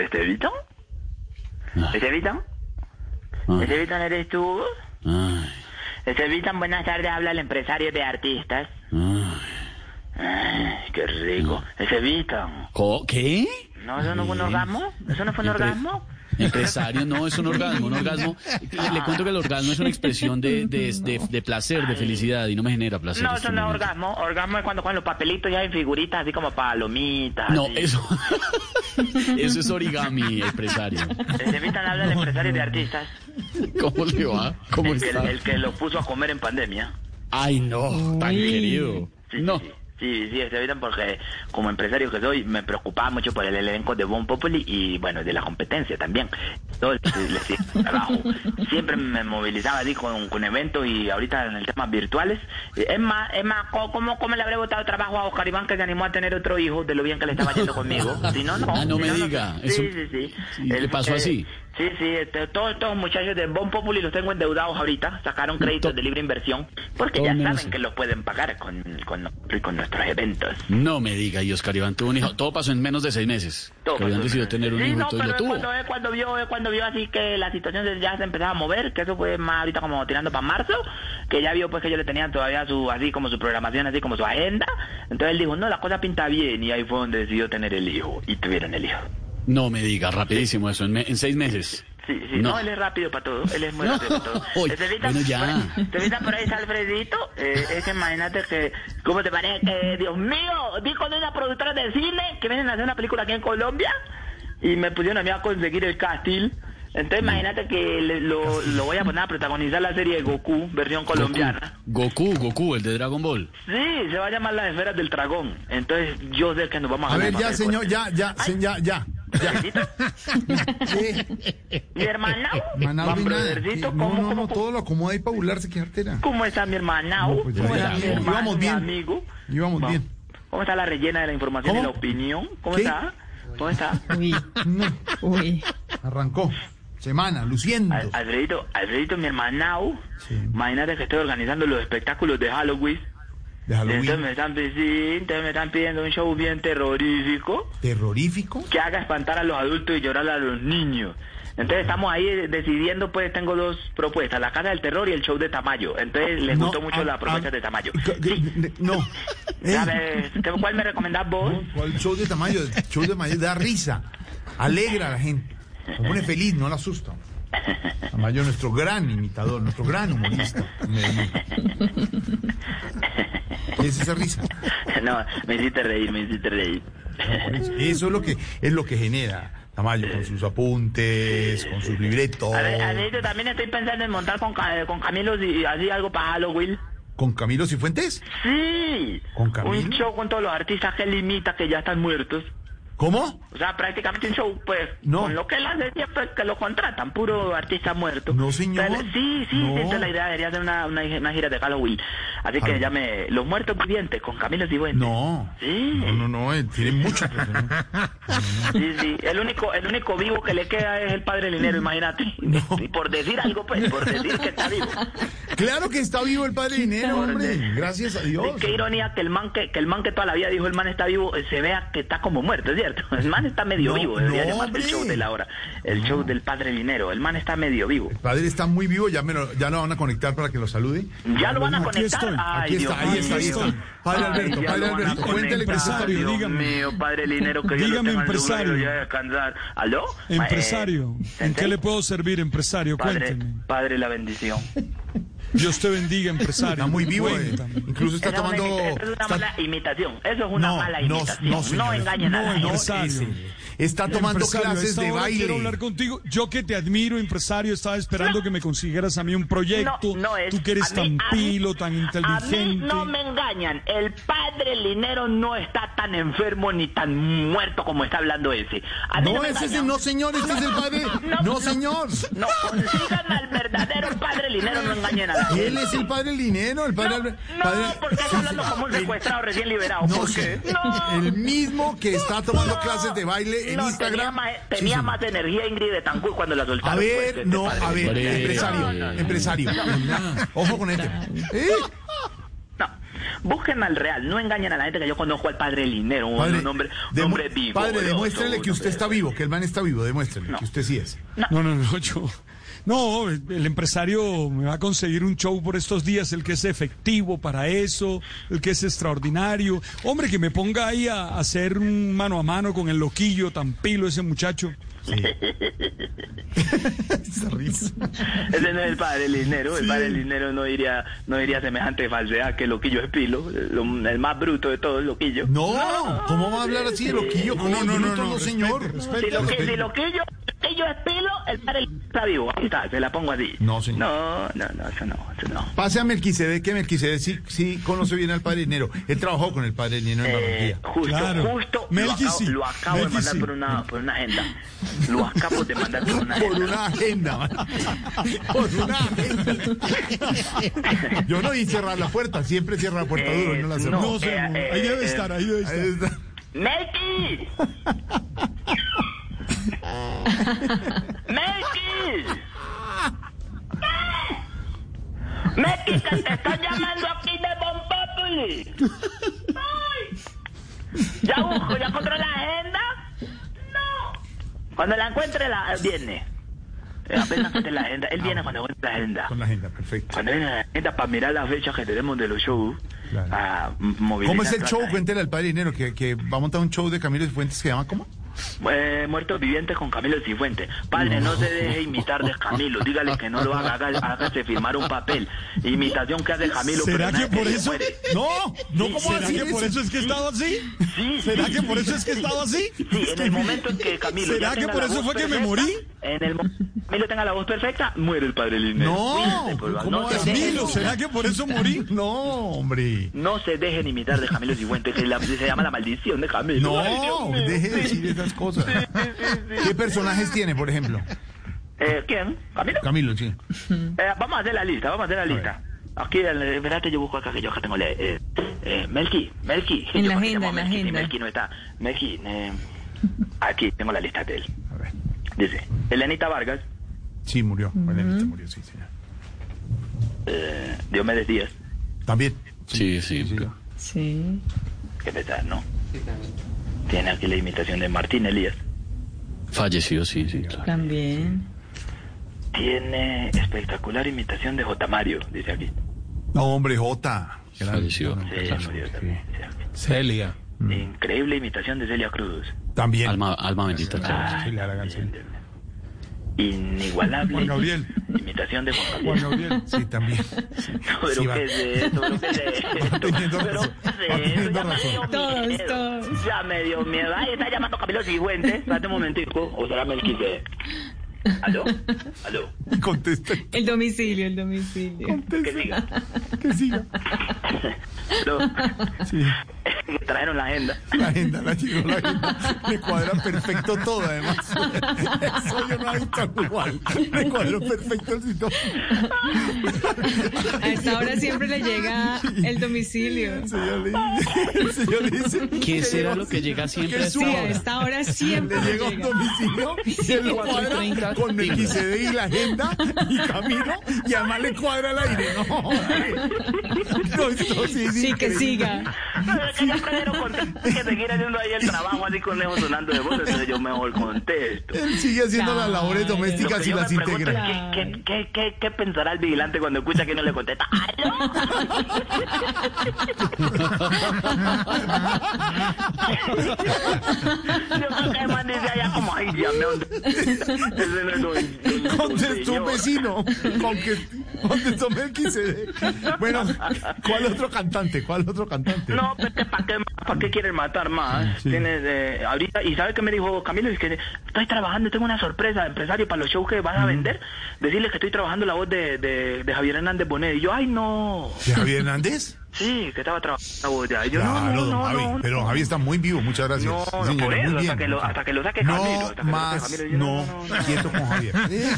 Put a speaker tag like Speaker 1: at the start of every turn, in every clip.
Speaker 1: ¿Estevita? ¿Estevita?
Speaker 2: Ah.
Speaker 1: ¿Estevita eres tú?
Speaker 2: Ay,
Speaker 1: Estevita, buenas tardes, habla el empresario de artistas.
Speaker 2: ay.
Speaker 1: Ay, qué rico. Estevita,
Speaker 2: Co- ¿Qué?
Speaker 1: ¿no eso no fue un orgasmo? ¿Eso no fue un
Speaker 2: Empre-
Speaker 1: orgasmo?
Speaker 2: Empresario, no, es un orgasmo, un orgasmo. Le, le cuento que el orgasmo es una expresión de, de, de- de placer, de felicidad, y no me genera placer.
Speaker 1: No,
Speaker 2: este
Speaker 1: eso no es
Speaker 2: momento.
Speaker 1: orgasmo. Orgasmo es cuando con los papelitos ya hay figuritas, así como palomitas.
Speaker 2: No,
Speaker 1: así.
Speaker 2: eso, eso es origami, empresario.
Speaker 1: Estevita, habla el empresario de artistas.
Speaker 2: ¿Cómo le va? ¿Cómo
Speaker 1: El que,
Speaker 2: está?
Speaker 1: el que los puso a comer en pandemia.
Speaker 2: Ay, no, tan querido.
Speaker 1: Sí, sí,
Speaker 2: No.
Speaker 1: Sí, sí, sí, Esteban, porque como empresario que soy, me preocupaba mucho por el elenco de Bon Populi y, bueno, de la competencia también. Todo el, el- el trabajo. Siempre me movilizaba así con, con eventos y ahorita en el tema virtuales. Eh, Es más, es más, co- ¿cómo, cómo le habré botado trabajo a Oscar Iván que se animó a tener otro hijo de lo bien que le estaba yendo conmigo? Si no, no.
Speaker 2: Ah, no
Speaker 1: Si
Speaker 2: me diga.
Speaker 1: Sí,
Speaker 2: Eso-
Speaker 1: sí, sí.
Speaker 2: sí, ¿le
Speaker 1: El-
Speaker 2: pasó
Speaker 1: eh,
Speaker 2: así?
Speaker 1: Sí, sí, este, todos estos muchachos de Bon Populi los tengo endeudados ahorita, sacaron créditos de libre inversión, porque
Speaker 2: todo
Speaker 1: ya
Speaker 2: menos-
Speaker 1: saben que los pueden pagar con, con, con nuestros eventos.
Speaker 2: No me diga, y Oscar Iván tuvo un hijo. Todo pasó en menos de seis meses.
Speaker 1: Todo
Speaker 2: Oscar Iván
Speaker 1: pasó.
Speaker 2: decidió tener un
Speaker 1: sí,
Speaker 2: hijo
Speaker 1: no,
Speaker 2: y todo, y
Speaker 1: pero
Speaker 2: lo
Speaker 1: es
Speaker 2: tuvo.
Speaker 1: cuando, es cuando vio, es cuando vio así que la situación se- ya se empezaba a mover, que eso fue más ahorita como tirando para marzo, que ya vio pues que yo le tenían todavía su, así como su programación, así como su agenda, entonces él dijo, no, la cosa pinta bien, y ahí fue donde decidió tener el hijo, y tuvieron el hijo.
Speaker 2: No me diga, rapidísimo eso, en, me- en seis meses.
Speaker 1: Sí, sí, no.
Speaker 2: No.
Speaker 1: él es rápido para todo, él es muy
Speaker 2: No.
Speaker 1: rápido para todo.
Speaker 2: Uy,
Speaker 1: Estevita,
Speaker 2: bueno, ya.
Speaker 1: por ahí- Estevita, por ahí está Alfredito, eh, es que imagínate que, ¿cómo te parece? Eh, Dios mío, di con una productora de cine que vienen a hacer una película aquí en Colombia y me pusieron a mí a conseguir el casting.
Speaker 3: Mm.
Speaker 1: Entonces imagínate que le- lo, lo voy a poner a protagonizar la serie de Goku, versión colombiana.
Speaker 2: Goku, Goku, el de Dragon Ball.
Speaker 1: Sí, se va a llamar Las Esferas del Dragón. Entonces yo sé que nos vamos a
Speaker 3: A
Speaker 1: ganar
Speaker 3: ver, ya,
Speaker 1: papel,
Speaker 3: señor,
Speaker 1: pues.
Speaker 3: ya, ya, se- ya, ya.
Speaker 1: Alfredito,
Speaker 3: ¿Qué?
Speaker 1: Mi hermana,
Speaker 3: Manao
Speaker 1: Juan
Speaker 3: ni nada.
Speaker 1: Brodercito,
Speaker 3: No,
Speaker 1: ¿cómo-
Speaker 3: no, no,
Speaker 1: cómo-
Speaker 3: todo lo acomoda ahí para burlarse, qué artera.
Speaker 1: ¿Cómo está mi hermana?
Speaker 3: No, pues ya,
Speaker 1: ¿Cómo está
Speaker 2: ya,
Speaker 1: mi
Speaker 2: ya.
Speaker 1: hermano,
Speaker 3: Íbamos
Speaker 1: mi
Speaker 3: bien.
Speaker 1: amigo?
Speaker 3: Íbamos
Speaker 1: Vamos.
Speaker 3: bien.
Speaker 1: ¿Cómo está la rellena de la información y la
Speaker 3: ¿Cómo?
Speaker 1: opinión? ¿Cómo
Speaker 3: ¿Qué?
Speaker 1: está? ¿Cómo está?
Speaker 4: Uy,
Speaker 3: No,
Speaker 4: uy.
Speaker 3: arrancó. Semana, luciendo.
Speaker 1: Al- Alfredito, Alfredito, mi hermanao.
Speaker 3: Sí.
Speaker 1: Imagínate que estoy organizando los espectáculos de Halloween.
Speaker 3: De
Speaker 1: Entonces me
Speaker 3: Halloween.
Speaker 1: están, pi- sí, entonces me están pidiendo un show bien terrorífico
Speaker 3: Terrorífico.
Speaker 1: que haga espantar a los adultos y llorar a los niños. Entonces estamos ahí decidiendo, pues tengo dos propuestas, la Casa del Terror y el show de Tamayo. Entonces les
Speaker 3: No,
Speaker 1: gustó mucho
Speaker 3: ah,
Speaker 1: la propuesta
Speaker 3: ah,
Speaker 1: de Tamayo.
Speaker 3: que- que-
Speaker 1: Sí.
Speaker 3: ne- No. Ey,
Speaker 1: ¿Sabes? ¿Cuál me recomendás vos?
Speaker 3: no, ¿Cuál show de tamaño? El show de tamaño da risa. Alegra a la gente. Lo pone feliz, no la asusta. Tamayo, nuestro gran imitador, nuestro gran humorista. en Medellín. ¿Qué es esa risa?
Speaker 1: No, me hiciste reír, me hiciste reír.
Speaker 3: Por Eso eso es lo que es lo que genera Tamayo con sus apuntes, con sus libretos,
Speaker 1: A ver, a ver, yo también estoy pensando en montar con, Ca- con Camilo y así algo para Halloween.
Speaker 3: con Camilo Cifuentes.
Speaker 1: Sí.
Speaker 3: ¿Con Camilo?
Speaker 1: Un show con todos los artistas que él imita que ya están muertos.
Speaker 3: ¿Cómo?
Speaker 1: O sea, prácticamente un show, pues,
Speaker 3: No.
Speaker 1: con lo que él hace siempre es que lo contratan, puro artista muerto.
Speaker 3: No, señor.
Speaker 1: Entonces, sí, sí,
Speaker 3: No.
Speaker 1: sí, esa es la idea, debería hacer una, una, una gira de Halloween. Así que
Speaker 3: Halloween.
Speaker 1: llame Los Muertos Vivientes con Camilo Cifuentes.
Speaker 3: No.
Speaker 1: Sí.
Speaker 3: No, no, no, eh, tiene mucho. que hacer.
Speaker 1: Sí, sí, el único, el único vivo que le queda es el padre Linero, imagínate. Y por decir algo, pues, por decir que está vivo.
Speaker 3: Claro que está vivo el padre Dinero, hombre. Gracias a Dios.
Speaker 1: Sí, qué ironía que el man que, que el man que toda la vida dijo el man está vivo, eh, se vea que está como muerto, ¿cierto? El man está medio
Speaker 3: No,
Speaker 1: vivo, debería
Speaker 3: no,
Speaker 1: llamarse el
Speaker 3: hombre.
Speaker 1: show de la hora, el show del padre Linero, el man está medio vivo.
Speaker 3: El padre está muy vivo, ya, me lo, ya lo van a conectar para que lo salude.
Speaker 1: Ya lo van a
Speaker 5: Aquí
Speaker 1: conectar.
Speaker 5: estoy,
Speaker 1: Ay,
Speaker 3: Ah, aquí está,
Speaker 1: Dios
Speaker 3: ahí está, ahí
Speaker 1: mío.
Speaker 3: está. Padre
Speaker 1: Ay,
Speaker 3: Alberto,
Speaker 1: ya
Speaker 3: padre
Speaker 1: lo van a
Speaker 3: Alberto, cuéntele al
Speaker 1: conectar.
Speaker 5: empresario,
Speaker 1: Dios
Speaker 5: dígame.
Speaker 1: mío, padre Linero, que yo lo
Speaker 5: Dígame,
Speaker 1: tengo en su
Speaker 5: empresario.
Speaker 1: número, ya voy a descansar. ¿Aló?
Speaker 5: Empresario,
Speaker 1: Eh,
Speaker 5: ¿en qué le puedo servir, empresario?
Speaker 1: Padre,
Speaker 5: Cuénteme.
Speaker 1: padre la bendición.
Speaker 5: Dios te bendiga, empresario.
Speaker 3: Está muy vivo. eh.
Speaker 5: Cuéntame.
Speaker 3: Incluso está
Speaker 1: Esa es una
Speaker 3: tomando.
Speaker 1: imita- esa es una
Speaker 3: está-
Speaker 1: mala imitación. Eso es una
Speaker 3: No,
Speaker 1: mala
Speaker 3: no,
Speaker 1: imitación.
Speaker 3: no,
Speaker 1: No,
Speaker 3: señores.
Speaker 1: engañen a
Speaker 5: No,
Speaker 1: la
Speaker 5: no,
Speaker 1: gente.
Speaker 5: empresario.
Speaker 3: ese. Está tomando
Speaker 5: Empresario, a
Speaker 3: clases
Speaker 5: esta
Speaker 3: de
Speaker 5: hora Quiero hablar
Speaker 3: baile.
Speaker 5: contigo. Yo que te admiro, empresario, estaba esperando que me consiguieras a mí un proyecto.
Speaker 1: No, no es.
Speaker 5: Tú que eres
Speaker 1: A mí-
Speaker 5: tan
Speaker 1: a mí-
Speaker 5: pilo, tan
Speaker 1: A mí
Speaker 5: inteligente.
Speaker 1: no me engañan. El padre Linero no está tan enfermo ni tan muerto como está hablando ese. A mí
Speaker 3: No,
Speaker 1: me
Speaker 3: ese es
Speaker 1: engañan.
Speaker 3: el- no, señor, este es el padre.
Speaker 1: No,
Speaker 3: No,
Speaker 1: no.
Speaker 3: señor.
Speaker 1: No, consigan al verdadero padre Linero, no engañen a la gente.
Speaker 3: Él es el padre Linero, el padre
Speaker 1: No,
Speaker 3: Alberto.
Speaker 1: no, porque está hablando como un secuestrado recién liberado.
Speaker 3: No,
Speaker 1: ¿Por qué?
Speaker 3: sé.
Speaker 1: No.
Speaker 3: el mismo que está tomando
Speaker 1: No,
Speaker 3: clases de baile
Speaker 1: no,
Speaker 3: en
Speaker 1: Tenía
Speaker 3: Instagram.
Speaker 1: más,
Speaker 3: Sí,
Speaker 1: tenía
Speaker 3: señor.
Speaker 1: más energía Ingrid de Tancur cuando la soltaron.
Speaker 3: A
Speaker 1: pues, este
Speaker 3: ver, no,
Speaker 1: padre.
Speaker 3: a ver,
Speaker 2: Hombre.
Speaker 3: empresario,
Speaker 2: No, no, no.
Speaker 3: empresario. Ojo con este. ¿Eh?
Speaker 1: No. Busquen al real, no engañen a la gente que yo conozco al padre Linero, un
Speaker 3: Padre,
Speaker 1: hombre, un
Speaker 3: demu-
Speaker 1: hombre vivo.
Speaker 3: Padre,
Speaker 1: goloso,
Speaker 3: demuéstrele
Speaker 1: un
Speaker 3: que usted
Speaker 1: hombre-
Speaker 3: está vivo, que el man está vivo, demuéstrele
Speaker 1: No.
Speaker 3: que usted sí es.
Speaker 5: No, no, no, yo. No, el empresario me va a conseguir un show por estos días, el que es efectivo para eso, el que es extraordinario. Hombre, que me ponga ahí a, a hacer un mano a mano con el loquillo tan pilo ese muchacho.
Speaker 3: Esa risa.
Speaker 1: Ese no es el padre Linero, el
Speaker 3: Sí.
Speaker 1: padre Linero no diría, no diría semejante falsedad que Loquillo es pilo, lo- el más bruto de todos, Loquillo.
Speaker 3: No, ¿cómo va a hablar así de loquillo?
Speaker 5: No,
Speaker 3: ¿Cómo
Speaker 5: no,
Speaker 3: es
Speaker 5: no,
Speaker 3: bruto?
Speaker 5: no, respete,
Speaker 3: señor.
Speaker 1: Si,
Speaker 5: respete.
Speaker 3: Respete,
Speaker 1: lo que,
Speaker 3: respete.
Speaker 1: si Loquillo, Loquillo es pilo, el padre Linero está vivo. Ahí está, se la pongo así.
Speaker 3: No, señor.
Speaker 1: No, no, no, eso no, eso no.
Speaker 3: Pase a Melquisede, que Melquisede sí, sí conoce bien al padre Linero. Él trabajó con el padre Linero en
Speaker 1: Eh,
Speaker 3: Barranquilla.
Speaker 1: justo,
Speaker 5: Claro.
Speaker 1: justo lo
Speaker 5: Melqui
Speaker 1: acabo,
Speaker 5: sí,
Speaker 1: lo acabo de
Speaker 5: Melqui
Speaker 1: mandar
Speaker 5: sí.
Speaker 1: por una, por una agenda. Lo acabo de mandar por una
Speaker 3: Por
Speaker 1: agenda.
Speaker 3: una agenda, man. Por una agenda. Yo no di cerrar la puerta, siempre cierra la puerta duro, no la
Speaker 1: Eh,
Speaker 3: cerró.
Speaker 1: no, eh,
Speaker 5: señor,
Speaker 1: eh,
Speaker 5: ahí debe
Speaker 1: eh,
Speaker 5: estar, ahí debe estar.
Speaker 3: Ahí está.
Speaker 1: ¡Melqui! ¡Melqui! ¡Melqui, que te están llamando aquí de Bon Populi! ¡Ay! ¿Ya busco, ya encontré la agenda? ¡No! Cuando la encuentre, la viene. Eh, Apenas encuentre la agenda. Él viene cuando encuentre la agenda.
Speaker 3: Con la agenda, perfecto.
Speaker 1: Cuando viene la agenda, para mirar las fechas que tenemos de los shows.
Speaker 3: Claro.
Speaker 1: ah, m-
Speaker 3: ¿Cómo es
Speaker 1: movilizar
Speaker 3: el
Speaker 1: toda
Speaker 3: show?
Speaker 1: la gente.
Speaker 3: Cuéntele al padre Linero que, que va a montar un show de Camilo de Fuentes que llama ¿cómo?
Speaker 1: Eh, muertos vivientes con Camilo Cifuentes. Padre, no se deje imitar de Camilo. Dígale que no lo haga. haga- Hágase firmar un papel. Imitación que hace Camilo.
Speaker 5: ¿Será
Speaker 1: pero
Speaker 5: que
Speaker 1: nadie
Speaker 5: por
Speaker 1: se
Speaker 5: eso?
Speaker 1: muere.
Speaker 5: No, no, ¿cómo
Speaker 3: ¿Será
Speaker 5: así?
Speaker 3: que por
Speaker 5: por eso es que he estado así?
Speaker 1: Sí,
Speaker 5: ¿Será
Speaker 1: sí,
Speaker 5: que por
Speaker 1: sí,
Speaker 5: eso es que he
Speaker 1: sí.
Speaker 5: estado así?
Speaker 1: Sí, en el momento en que Camilo.
Speaker 5: ¿Será
Speaker 1: ya
Speaker 5: que
Speaker 1: tenga
Speaker 5: por
Speaker 1: la
Speaker 5: eso
Speaker 1: voz
Speaker 5: fue que me
Speaker 1: perfecta,
Speaker 5: morí?
Speaker 1: En el momento que Camilo tenga la voz perfecta, muere el padre Linero.
Speaker 3: No,
Speaker 1: Cuídense, por favor.
Speaker 3: ¿cómo
Speaker 1: no,
Speaker 3: vas?
Speaker 1: se dejen-
Speaker 5: Milo, ¿será que por eso morí?
Speaker 3: No, hombre.
Speaker 1: no se dejen imitar de Camilo Cifuentes, que la- se llama la maldición de Camilo. Ay, Dios
Speaker 3: No,
Speaker 1: mío.
Speaker 3: deje de decir esas cosas. ¿Qué personajes tiene, por ejemplo?
Speaker 1: Eh, ¿Quién? ¿Camilo?
Speaker 3: Camilo, sí.
Speaker 1: Eh, vamos a hacer la lista, vamos a hacer la lista. Aquí, eh, espérate, yo busco acá que yo acá tengo la... Eh, eh, Melqui, Melqui.
Speaker 4: En
Speaker 1: Yo
Speaker 4: la
Speaker 1: creo que
Speaker 4: agenda,
Speaker 1: llamo a
Speaker 4: en la
Speaker 1: Melqui, si
Speaker 4: agenda.
Speaker 1: Melqui no está. Melqui, eh, aquí tengo la lista de él.
Speaker 3: A ver.
Speaker 1: Dice, Elenita Vargas,
Speaker 3: Sí, murió. Elenita murió, sí, señor.
Speaker 1: eh, Diomedes Díaz,
Speaker 3: También.
Speaker 2: Sí, sí.
Speaker 3: señor.
Speaker 4: Sí.
Speaker 1: que pesar, ¿no? Tiene aquí la imitación de Martín Elías.
Speaker 2: Fallecido, sí, sí, claro.
Speaker 4: También.
Speaker 1: Tiene espectacular imitación de J. Mario, dice aquí.
Speaker 3: No, hombre, Jota. Gran-
Speaker 2: Falleció.
Speaker 1: Sí,
Speaker 2: claro.
Speaker 1: murió también, dice aquí.
Speaker 6: Celia.
Speaker 1: Increíble imitación de Celia Cruz.
Speaker 3: También.
Speaker 2: Alma, alma bendita, claro.
Speaker 3: Sí, la gran- sí.
Speaker 1: Inigualable
Speaker 5: Juan Gabriel.
Speaker 1: imitación de Juan Gabriel.
Speaker 5: Juan Gabriel.
Speaker 3: Sí, también. Sí.
Speaker 1: Pero
Speaker 3: Sí, va.
Speaker 1: qué es esto, pero qué es esto.
Speaker 3: Va teniendo
Speaker 1: Pero
Speaker 3: razón,
Speaker 1: qué es
Speaker 3: va
Speaker 1: esto,
Speaker 3: teniendo
Speaker 1: ya me dio
Speaker 3: razón.
Speaker 4: Todos,
Speaker 1: miedo.
Speaker 4: todos.
Speaker 1: Ya me dio miedo. Ahí está llamando Camilo Cifuentes. Espérate un momentico. O será Melquise. ¿Aló? ¿Aló?
Speaker 3: Contesta.
Speaker 4: El domicilio, el domicilio.
Speaker 1: Que siga.
Speaker 3: Que siga.
Speaker 1: ¿Aló?
Speaker 3: Sí.
Speaker 1: Trajeron la agenda.
Speaker 3: La agenda, la llegó la agenda. Le cuadra perfecto todo, además. Eso yo no había visto igual. Le cuadró perfecto el sitio.
Speaker 4: A esta hora siempre le llega el domicilio.
Speaker 3: El señor le, el señor le dice.
Speaker 2: ¿Qué será lo que llega siempre
Speaker 3: ¿Qué
Speaker 2: a
Speaker 3: es
Speaker 2: esta
Speaker 4: Sí, a
Speaker 2: hora?
Speaker 4: esta hora
Speaker 3: Le
Speaker 4: siempre le
Speaker 3: llega un
Speaker 4: llega.
Speaker 3: domicilio y él lo cuadra
Speaker 2: 4:30.
Speaker 3: con el XD y la agenda y camino y además le cuadra el aire. No, hombre. no esto sí, es
Speaker 4: Sí, que
Speaker 3: increíble.
Speaker 4: siga.
Speaker 1: Pero es que ya prefiero contestar que seguir haciendo ahí el trabajo así con lejos sonando de voz. Entonces yo mejor contesto.
Speaker 3: Él sigue haciendo las labores
Speaker 4: Claro.
Speaker 1: Lo que
Speaker 3: domésticas y
Speaker 1: yo me
Speaker 3: las
Speaker 1: pregunto
Speaker 3: integra.
Speaker 1: es ¿qué, qué, qué, qué, qué pensará el vigilante cuando escucha que no le contesta? ¡Aló! Yo creo que el man dice allá como, ay, ya me onda. Ese no es don- don- don
Speaker 3: Contestó un
Speaker 1: señor.
Speaker 3: vecino. Con que, contestó el XD. Bueno, ¿cuál otro cantante? ¿Cuál otro cantante?
Speaker 1: No, pero es que ¿para qué, más? ¿para qué quieren matar más?
Speaker 3: Ah, Sí.
Speaker 1: Tienes, eh, ahorita, y ¿sabe qué me dijo Camilo? Es que estoy trabajando, tengo una sorpresa de empresario para los shows que
Speaker 3: Mm.
Speaker 1: van a vender. Decirles que estoy trabajando la voz de, de, de Javier Hernández Bonet. Y yo, ay, no.
Speaker 3: ¿De Javier Hernández?
Speaker 1: Sí, que estaba trabajando la voz de ahí. Yo, no,
Speaker 3: Claro,
Speaker 1: no,
Speaker 3: don
Speaker 1: no,
Speaker 3: Javi.
Speaker 1: no, no.
Speaker 3: Pero Javi está muy vivo, muchas gracias.
Speaker 1: No, no,
Speaker 3: señora,
Speaker 1: por eso,
Speaker 3: muy
Speaker 1: hasta
Speaker 3: bien.
Speaker 1: que lo- hasta que lo saque Camilo,
Speaker 3: No
Speaker 1: hasta que lo saque
Speaker 3: más,
Speaker 1: Camilo, yo
Speaker 3: no,
Speaker 1: no, no, no.
Speaker 3: quieto con Javier. Eh,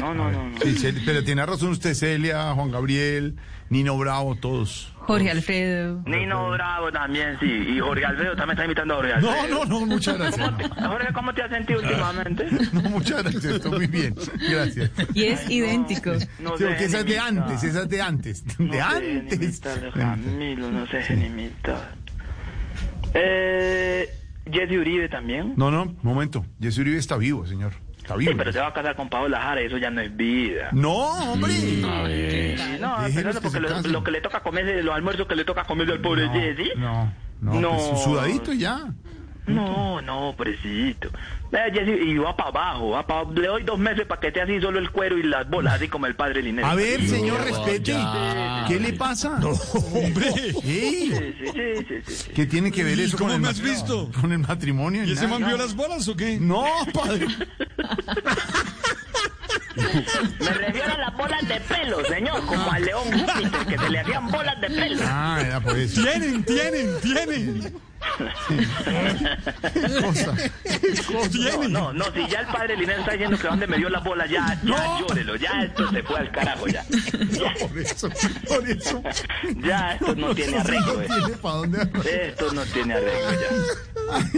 Speaker 1: No, no, no, no.
Speaker 3: sí, Cel- pero tiene razón usted, Celia, Juan Gabriel, Nino Bravo, todos.
Speaker 4: Jorge Alfredo.
Speaker 1: Nino Bravo también, sí. Y Jorge Alfredo también está invitando a Jorge
Speaker 3: No,
Speaker 1: Alfredo.
Speaker 3: no, no, muchas gracias. no.
Speaker 1: Jorge, ¿cómo te has sentido últimamente?
Speaker 3: No, muchas gracias, estoy muy bien. Gracias.
Speaker 4: Y es idéntico.
Speaker 1: No
Speaker 3: Sí, porque
Speaker 1: sé,
Speaker 3: esa es de
Speaker 1: Nimita.
Speaker 3: antes, esa es de antes. De
Speaker 1: sé,
Speaker 3: antes.
Speaker 6: imitarlo, Camilo, no seas inimitable. Eh, Jesse Uribe también.
Speaker 3: No, no, momento. Jesse Uribe está vivo, señor. Está
Speaker 1: Sí,
Speaker 3: vivo.
Speaker 1: pero te vas a casar con Paola Jara, eso ya no es vida.
Speaker 3: No,
Speaker 5: Mm,
Speaker 3: hombre.
Speaker 2: A ver.
Speaker 1: Sí, No,
Speaker 3: Déjenos
Speaker 1: pero no,
Speaker 3: que
Speaker 1: porque
Speaker 3: se
Speaker 1: lo,
Speaker 3: casen.
Speaker 1: lo que le toca comer, los almuerzos que le toca comer al pobre Jesse.
Speaker 3: No, no.
Speaker 6: No.
Speaker 3: pues, un sudadito y ya.
Speaker 1: No, no, pobrecito. Eh, Jesse, y va para abajo, va pa- le doy dos meses para que esté así solo el cuero y las bolas, así como el padre Linero.
Speaker 3: A ver, señor,
Speaker 2: No,
Speaker 3: respete.
Speaker 2: ya.
Speaker 3: ¿Qué le pasa? No, hombre.
Speaker 1: Sí, sí, sí, sí, sí, sí.
Speaker 3: ¿Qué tiene que ver
Speaker 5: ¿Y
Speaker 3: eso
Speaker 5: cómo
Speaker 3: con el
Speaker 5: me has
Speaker 3: matrimonio?
Speaker 5: visto?
Speaker 3: Con el matrimonio.
Speaker 5: ¿Y ese
Speaker 3: nada.
Speaker 5: man vio las bolas o qué?
Speaker 3: No, padre.
Speaker 1: Me refiero a las bolas de pelo, señor, como al león Júpiter, que se le hacían bolas de pelo.
Speaker 3: Ah, era por eso.
Speaker 5: Tienen, tienen, tienen.
Speaker 3: Cosa.
Speaker 1: No, no, no, si ya el padre Linero está diciendo que dónde me dio las bolas, ya, ya, llórelo, ya esto se fue al carajo, ya.
Speaker 3: Por eso. Por eso.
Speaker 1: Ya esto no tiene arreglo, eh.
Speaker 3: No tiene para dónde arreglar.
Speaker 1: Esto no tiene arreglo ya.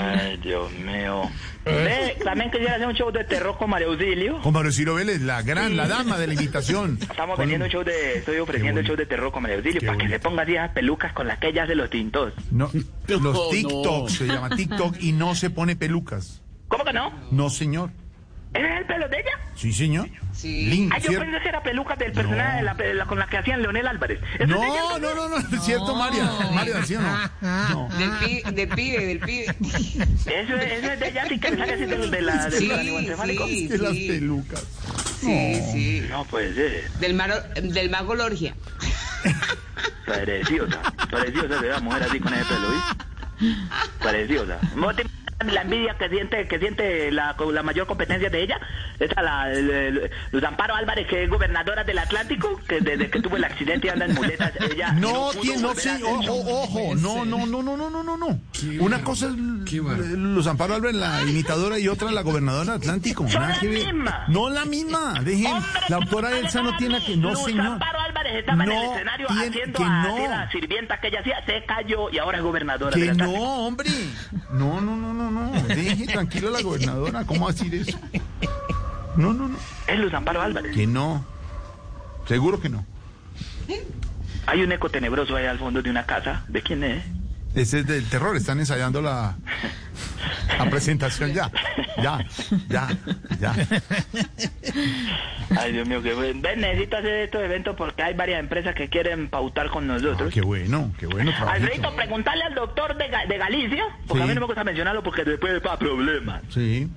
Speaker 1: Ay, Dios mío. Ve, también quisiera hacer un show de terror con María Auxilio.
Speaker 3: Con Mario Ciro Vélez, la gran, la dama de la invitación.
Speaker 1: Estamos
Speaker 3: Con-
Speaker 1: vendiendo un show de. Estoy ofreciendo un show de terror con María Auxilio para que se ponga así esas pelucas con las que ella hace los tintos.
Speaker 3: No,
Speaker 2: No,
Speaker 3: los
Speaker 2: no.
Speaker 3: TikTok, se llama TikTok y no se pone pelucas.
Speaker 1: ¿Cómo que no?
Speaker 3: No, señor.
Speaker 1: ¿Ese es el pelo de ella?
Speaker 3: Sí, señor. Lindo,
Speaker 1: Ah, yo
Speaker 3: ¿cierto?
Speaker 1: pensé que era peluca del personaje de la, de la- con la que hacían Leonel Álvarez. ¿Eso es ella,
Speaker 3: No, no, no, no, es cierto, María. María, ¿sí o no? No.
Speaker 7: Del pibe, del pibe, del pibe.
Speaker 1: Eso es, eso es de ella, sí que le sale así de, de la. De
Speaker 7: Sí,
Speaker 1: anencefálico.
Speaker 7: sí.
Speaker 3: Que las pelucas.
Speaker 7: Sí, sí.
Speaker 1: No, pues, eh,
Speaker 7: Del, mar- del mago Lorgia.
Speaker 1: preciosa. Preciosa se ve la mujer así con ese pelo, ¿viste? preciosa. ¿No te imaginas La envidia que siente, que siente la, la mayor competencia de ella, esta la, el- el- Luz Amparo Álvarez, que es gobernadora del Atlántico, que desde que tuvo el accidente anda en muletas, ella
Speaker 3: No,
Speaker 1: pudo
Speaker 3: tiene, no,
Speaker 1: volver a
Speaker 3: sí,
Speaker 1: hacer
Speaker 3: ojo,
Speaker 1: show.
Speaker 3: ojo, no, no, no, no, no, no, no, no. Una cosa es l- Luz Amparo Álvarez, la imitadora, y otra la gobernadora del Atlántico.
Speaker 1: Son
Speaker 3: Nada
Speaker 1: la
Speaker 3: que ver.
Speaker 1: misma.
Speaker 3: No la misma, dejen.
Speaker 1: Hombre,
Speaker 3: La
Speaker 1: ¿cómo
Speaker 3: autora
Speaker 1: me
Speaker 3: Elsa no
Speaker 1: dejan
Speaker 3: tiene
Speaker 1: a mí?
Speaker 3: que, no
Speaker 1: Luz
Speaker 3: señor.
Speaker 1: Amparo Álvarez estaba en el
Speaker 3: No,
Speaker 1: escenario
Speaker 3: tiene-
Speaker 1: haciendo
Speaker 3: que
Speaker 1: a
Speaker 3: no.
Speaker 1: a la sirvienta que ella hacía, se cayó y ahora es gobernadora
Speaker 3: Que
Speaker 1: del
Speaker 3: no,
Speaker 1: Atlántico.
Speaker 3: hombre. No, no, no, no, no. Deje tranquila a la gobernadora. ¿Cómo va a decir eso? No, no, no.
Speaker 1: Es Luz Amparo Álvarez.
Speaker 3: Que no. Seguro que no.
Speaker 1: Hay un eco tenebroso ahí al fondo de una casa. ¿De quién es?
Speaker 3: Ese es del terror. Están ensayando la, la presentación ya. Ya, ya, ya.
Speaker 1: Ay, Dios mío, que bueno. Ven, necesito hacer estos eventos porque hay varias empresas que quieren pautar con
Speaker 3: Ah,
Speaker 1: nosotros.
Speaker 3: qué bueno, qué bueno.
Speaker 1: Alfredito,
Speaker 3: trabajito.
Speaker 1: preguntarle al doctor de, Ga- de Galicia, porque
Speaker 3: Sí.
Speaker 1: a mí no me gusta mencionarlo porque después va a problemas.
Speaker 3: Sí.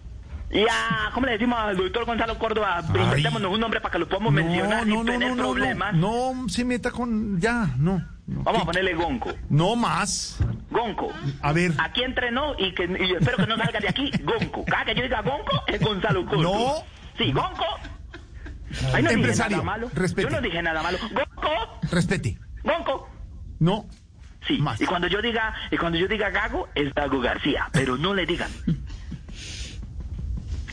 Speaker 1: Y a, ¿cómo le decimos al doctor Gonzalo Córdoba?
Speaker 3: Ay.
Speaker 1: Inventémonos un nombre para que lo podamos mencionar sin tener
Speaker 3: no,
Speaker 1: problemas.
Speaker 3: no, no se meta con ya, no, no.
Speaker 1: Vamos a ponerle Gonco.
Speaker 3: No más.
Speaker 1: Gonco.
Speaker 3: A ver.
Speaker 1: Aquí entrenó y, que, y espero que no salga de aquí Gonco. Cada que yo diga Gonco es Gonzalo Córdoba.
Speaker 3: No.
Speaker 1: Sí, Gonco. Ay, no
Speaker 3: Empresario,
Speaker 1: dije nada malo.
Speaker 3: respete.
Speaker 1: Yo no dije nada malo. Gonco.
Speaker 3: Respete.
Speaker 1: Gonco.
Speaker 3: No.
Speaker 1: Sí.
Speaker 3: Más.
Speaker 1: Y cuando yo diga, y cuando yo diga Gago, es Gago García, pero no le digan.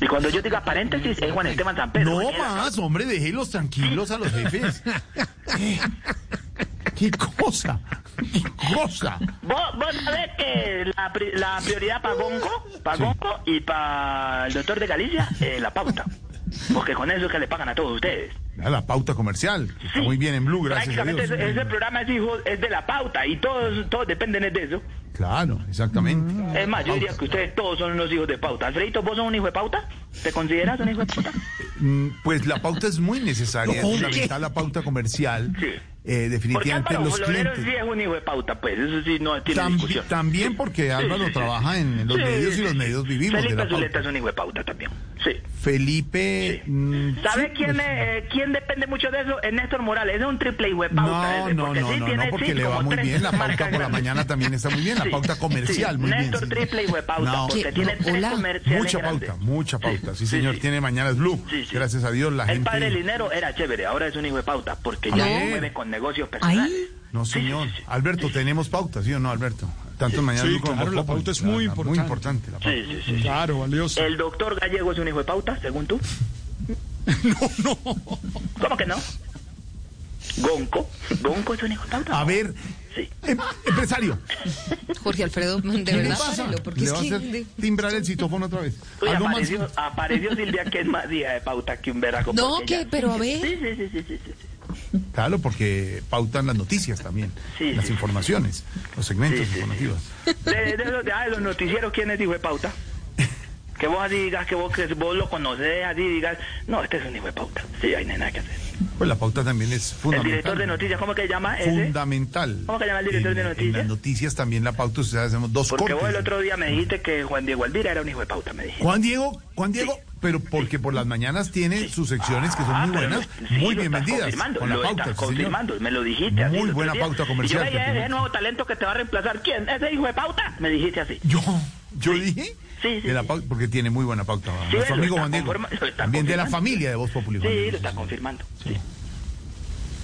Speaker 1: Y cuando yo diga paréntesis, es Juan Esteban San Pedro.
Speaker 3: no
Speaker 1: Oye,
Speaker 3: más, hombre, déjelos tranquilos a los jefes. Eh, ¿Qué cosa? ¿Qué cosa?
Speaker 1: Vos, vos sabés que la, pri- la prioridad para Gonco, para Gonco y para el doctor de Galicia es la pauta. Porque con eso es que le pagan a todos ustedes.
Speaker 3: Ah, La pauta comercial. que Está
Speaker 1: Sí.
Speaker 3: muy bien en Blue, gracias a
Speaker 1: Prácticamente
Speaker 3: Dios.
Speaker 1: ese, ese programa es, hijo, es de la pauta y todos, todos dependen es de eso.
Speaker 3: Claro, exactamente.
Speaker 1: Es más, yo diría que ustedes todos son unos hijos de pauta. Alfredito, ¿vos sos un hijo de pauta? ¿Te consideras un hijo de pauta?
Speaker 3: Mm, Pues la pauta es muy necesaria, es fundamental la pauta comercial.
Speaker 1: Sí.
Speaker 3: Eh,
Speaker 1: Porque
Speaker 3: definitivamente
Speaker 1: Álvaro
Speaker 3: los
Speaker 1: Florero
Speaker 3: clientes.
Speaker 1: sí es un hijo de pauta, pues. Eso sí no tiene
Speaker 3: Tam-
Speaker 1: discusión.
Speaker 3: también porque Álvaro trabaja en los
Speaker 1: Sí,
Speaker 3: medios y los medios vivimos de
Speaker 1: Felipe
Speaker 3: la
Speaker 1: Zuleta
Speaker 3: pauta.
Speaker 1: es un hijo de pauta también. Sí.
Speaker 3: Felipe. mm,
Speaker 1: ¿Sabe
Speaker 3: sí,
Speaker 1: quién,
Speaker 3: pues,
Speaker 1: es, eh, quién depende mucho de eso? Es Néstor Morales. Es un triple hijo de pauta.
Speaker 3: No,
Speaker 1: ese,
Speaker 3: no,
Speaker 1: porque
Speaker 3: no,
Speaker 1: sí
Speaker 3: no,
Speaker 1: tiene,
Speaker 3: no,
Speaker 1: sí,
Speaker 3: porque le va
Speaker 1: como
Speaker 3: muy
Speaker 1: tres
Speaker 3: bien. La
Speaker 1: marcas
Speaker 3: pauta por la
Speaker 1: grandes.
Speaker 3: mañana también está muy bien. La
Speaker 1: Sí,
Speaker 3: pauta comercial,
Speaker 1: sí.
Speaker 3: muy bien.
Speaker 1: Néstor
Speaker 3: sí.
Speaker 1: triple hijo de pauta,
Speaker 3: No,
Speaker 1: porque tiene tres comerciales
Speaker 3: mucha
Speaker 1: grandes.
Speaker 3: pauta, mucha pauta. Sí,
Speaker 1: sí,
Speaker 3: señor,
Speaker 1: sí.
Speaker 3: tiene mañanas blue.
Speaker 1: Sí, sí.
Speaker 3: Gracias a Dios la
Speaker 1: el
Speaker 3: gente.
Speaker 1: padre Linero era chévere, ahora es un hijo de pauta, porque ya
Speaker 3: Ay.
Speaker 1: se mueve con negocios personales.
Speaker 3: No, señor. Alberto, tenemos pauta, ¿sí o no, Alberto? Tanto en mañanas
Speaker 5: Sí,
Speaker 3: blue como en
Speaker 5: claro,
Speaker 3: Voz
Speaker 5: la
Speaker 3: Populi.
Speaker 5: pauta es
Speaker 3: La-
Speaker 5: muy
Speaker 3: la- Muy
Speaker 5: importante.
Speaker 3: importante la pauta.
Speaker 1: Sí, sí, sí.
Speaker 5: Claro, valioso.
Speaker 1: ¿El doctor Gallego es un hijo de pauta, según tú?
Speaker 5: No, no.
Speaker 1: ¿Cómo que no? Gonco. Gonco es un hijo de pauta.
Speaker 3: A ver,
Speaker 1: Sí.
Speaker 3: em- empresario,
Speaker 7: Jorge Alfredo, de
Speaker 3: ¿qué le pasa? ¿Le va a hacer timbrar el citófono otra vez?
Speaker 1: Oye,
Speaker 3: ¿Algo más?
Speaker 1: apareció, apareció Silvia que es más hija de pauta que un veraco.
Speaker 7: No,
Speaker 1: porque
Speaker 7: ¿qué?
Speaker 1: ella-
Speaker 7: Pero a ver.
Speaker 1: Sí, sí, sí, sí, sí, sí, sí.
Speaker 3: Claro, porque pautan las noticias también,
Speaker 1: Sí,
Speaker 3: las
Speaker 1: sí.
Speaker 3: informaciones, los segmentos
Speaker 1: Sí, sí, sí.
Speaker 3: informativos.
Speaker 1: De, de los, de- ah, de los noticieros, ¿quién es hijo de pauta? Que vos así digas, que vos, que vos lo conoces así digas, no, este es un hijo de pauta. Sí, hay nada que hacer.
Speaker 3: Pues la pauta también es
Speaker 1: El
Speaker 3: fundamental.
Speaker 1: director de noticias, ¿cómo que se llama ese?
Speaker 3: Fundamental.
Speaker 1: ¿Cómo que llama el director
Speaker 3: En-
Speaker 1: de
Speaker 3: En las
Speaker 1: noticias?
Speaker 3: noticias también la pauta, ustedes hacemos dos
Speaker 1: Porque
Speaker 3: cortes.
Speaker 1: vos el otro día me dijiste que Juan Diego Alvira era un hijo de pauta, me dijiste.
Speaker 3: Juan Diego, Juan Diego, pero porque por las mañanas tiene sus secciones que son
Speaker 1: Ah,
Speaker 3: muy
Speaker 1: pero
Speaker 3: buenas,
Speaker 1: lo- sí,
Speaker 3: muy
Speaker 1: lo
Speaker 3: bien
Speaker 1: estás
Speaker 3: vendidas.
Speaker 1: confirmando,
Speaker 3: Con la
Speaker 1: lo
Speaker 3: pauta,
Speaker 1: estás
Speaker 3: sí, señor.
Speaker 1: confirmando, me lo dijiste así.
Speaker 3: Muy
Speaker 1: el otro
Speaker 3: buena
Speaker 1: día.
Speaker 3: pauta
Speaker 1: Y
Speaker 3: comercial
Speaker 1: yo veía
Speaker 3: que
Speaker 1: ese
Speaker 3: tenemos.
Speaker 1: nuevo talento que te va a reemplazar. ¿Quién? ¿Ese hijo de pauta? Me dijiste así.
Speaker 3: Yo, yo dije.
Speaker 1: Sí, sí,
Speaker 3: de la
Speaker 1: sí.
Speaker 3: pauta, porque tiene muy buena pauta.
Speaker 1: Sí,
Speaker 3: Nuestro
Speaker 1: lo
Speaker 3: amigo
Speaker 1: está
Speaker 3: Juan Diego.
Speaker 1: conforma- lo está
Speaker 3: También de la
Speaker 1: confirmando.
Speaker 3: familia de Voz Popular.
Speaker 1: Sí, lo está confirmando. Sí.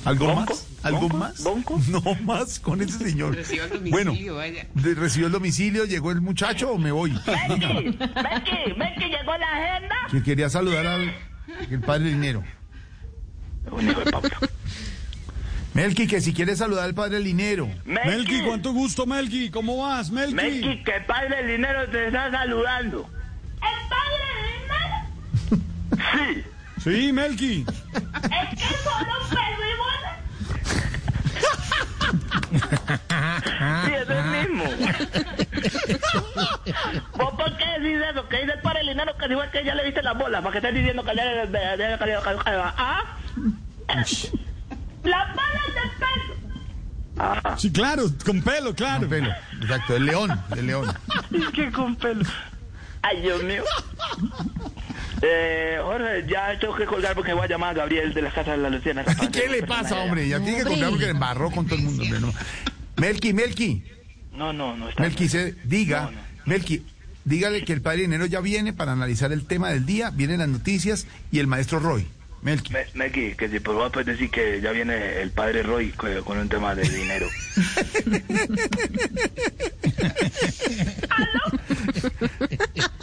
Speaker 3: ¿Algo
Speaker 1: ¿Bonco?
Speaker 3: más? ¿Algo
Speaker 1: ¿Bonco?
Speaker 3: más?
Speaker 1: ¿Bonco?
Speaker 3: No más con ese señor.
Speaker 7: Recibió el domicilio,
Speaker 3: bueno,
Speaker 7: vaya.
Speaker 3: de- recibió el domicilio, llegó el muchacho o me voy.
Speaker 1: Menchi, Menchi, Menchi, llegó la agenda.
Speaker 3: Que quería saludar al el padre Linero.
Speaker 1: Un hijo de pauta.
Speaker 3: Melqui, que si quiere saludar al padre Linero.
Speaker 5: Melqui, cuánto gusto, Melqui. ¿Cómo vas, Melqui?
Speaker 1: Melqui, que padre del dinero te está saludando.
Speaker 8: ¿El padre de Mar
Speaker 1: Sí.
Speaker 5: Sí, Melqui.
Speaker 8: es que solo perro y bola?
Speaker 1: Sí, es el mismo. ¿Vos por qué decís eso? Que dice el padre Linero que igual que ya le viste las bolas. ¿Para qué estás diciendo que ya le ya le- ya le- ya le- ¿Ah?
Speaker 8: Las balas de perro.
Speaker 5: Sí, claro, con pelo, claro.
Speaker 3: Con pelo. Exacto, el león, el león.
Speaker 1: Es que con pelo. Ay, Dios mío. Eh, Jorge, ya tengo que colgar porque voy a llamar a Gabriel de las Casas de la Luciana.
Speaker 3: ¿Qué le pasa, hombre? Ya tiene que
Speaker 7: Hombre.
Speaker 3: contar porque le embarró con todo el mundo. hombre, no. Melqui, Melqui,
Speaker 1: No, no, no está.
Speaker 3: Melqui, se, diga,
Speaker 1: No, no.
Speaker 3: Melqui, dígale que el padre Linero ya viene para analizar el tema del día, vienen las noticias y el maestro Roy. Melqui.
Speaker 1: Me- Melqui, que si por favor puedes decir que ya viene el padre Roy con, con un tema de dinero.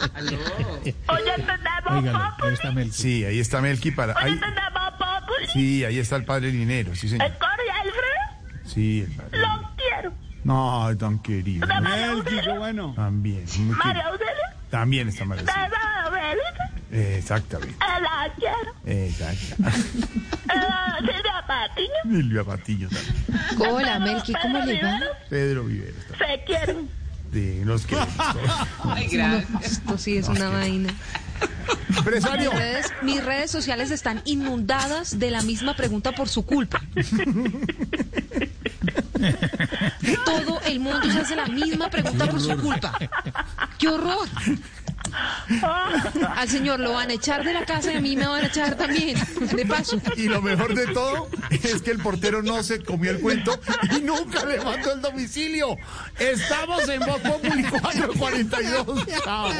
Speaker 8: Oye, tenemos Populi.
Speaker 3: Sí, ahí está Melqui para.
Speaker 8: Oye,
Speaker 3: ahí-
Speaker 8: tenemos Populi.
Speaker 3: sí, ahí está el padre Linero, sí, señor.
Speaker 8: El coro y pues, Alfredo,
Speaker 3: Sí, el padre.
Speaker 8: lo quiero.
Speaker 3: No, tan querido.
Speaker 8: Una María
Speaker 5: Melqui, qué
Speaker 8: Auxilio,
Speaker 5: bueno.
Speaker 3: También, muy
Speaker 8: María
Speaker 3: querido.
Speaker 8: Auxilio,
Speaker 3: También está mal.
Speaker 8: de Babelita,
Speaker 3: Exactamente,
Speaker 8: la quiero.
Speaker 3: exactamente.
Speaker 8: Eh, Silvia Patiño,
Speaker 3: Silvia Patillo también.
Speaker 7: Hola, Melqui, ¿cómo
Speaker 8: Pedro
Speaker 7: le va?
Speaker 8: Rivero,
Speaker 3: Pedro Viveros también.
Speaker 8: se quieren.
Speaker 3: De los que.
Speaker 7: Ay, gracias.
Speaker 9: Esto sí es una vaina.
Speaker 3: Empresario.
Speaker 9: Mis redes, mis redes sociales están inundadas de la misma pregunta por su culpa. Todo el mundo se hace la misma pregunta por su culpa. ¡Qué horror! Al señor lo van a echar de la casa y a mí me van a echar también. De paso.
Speaker 3: Y lo mejor de todo es que el portero no se comió el cuento y nunca le mandó el domicilio. Estamos en Voz Populi 442. Chao.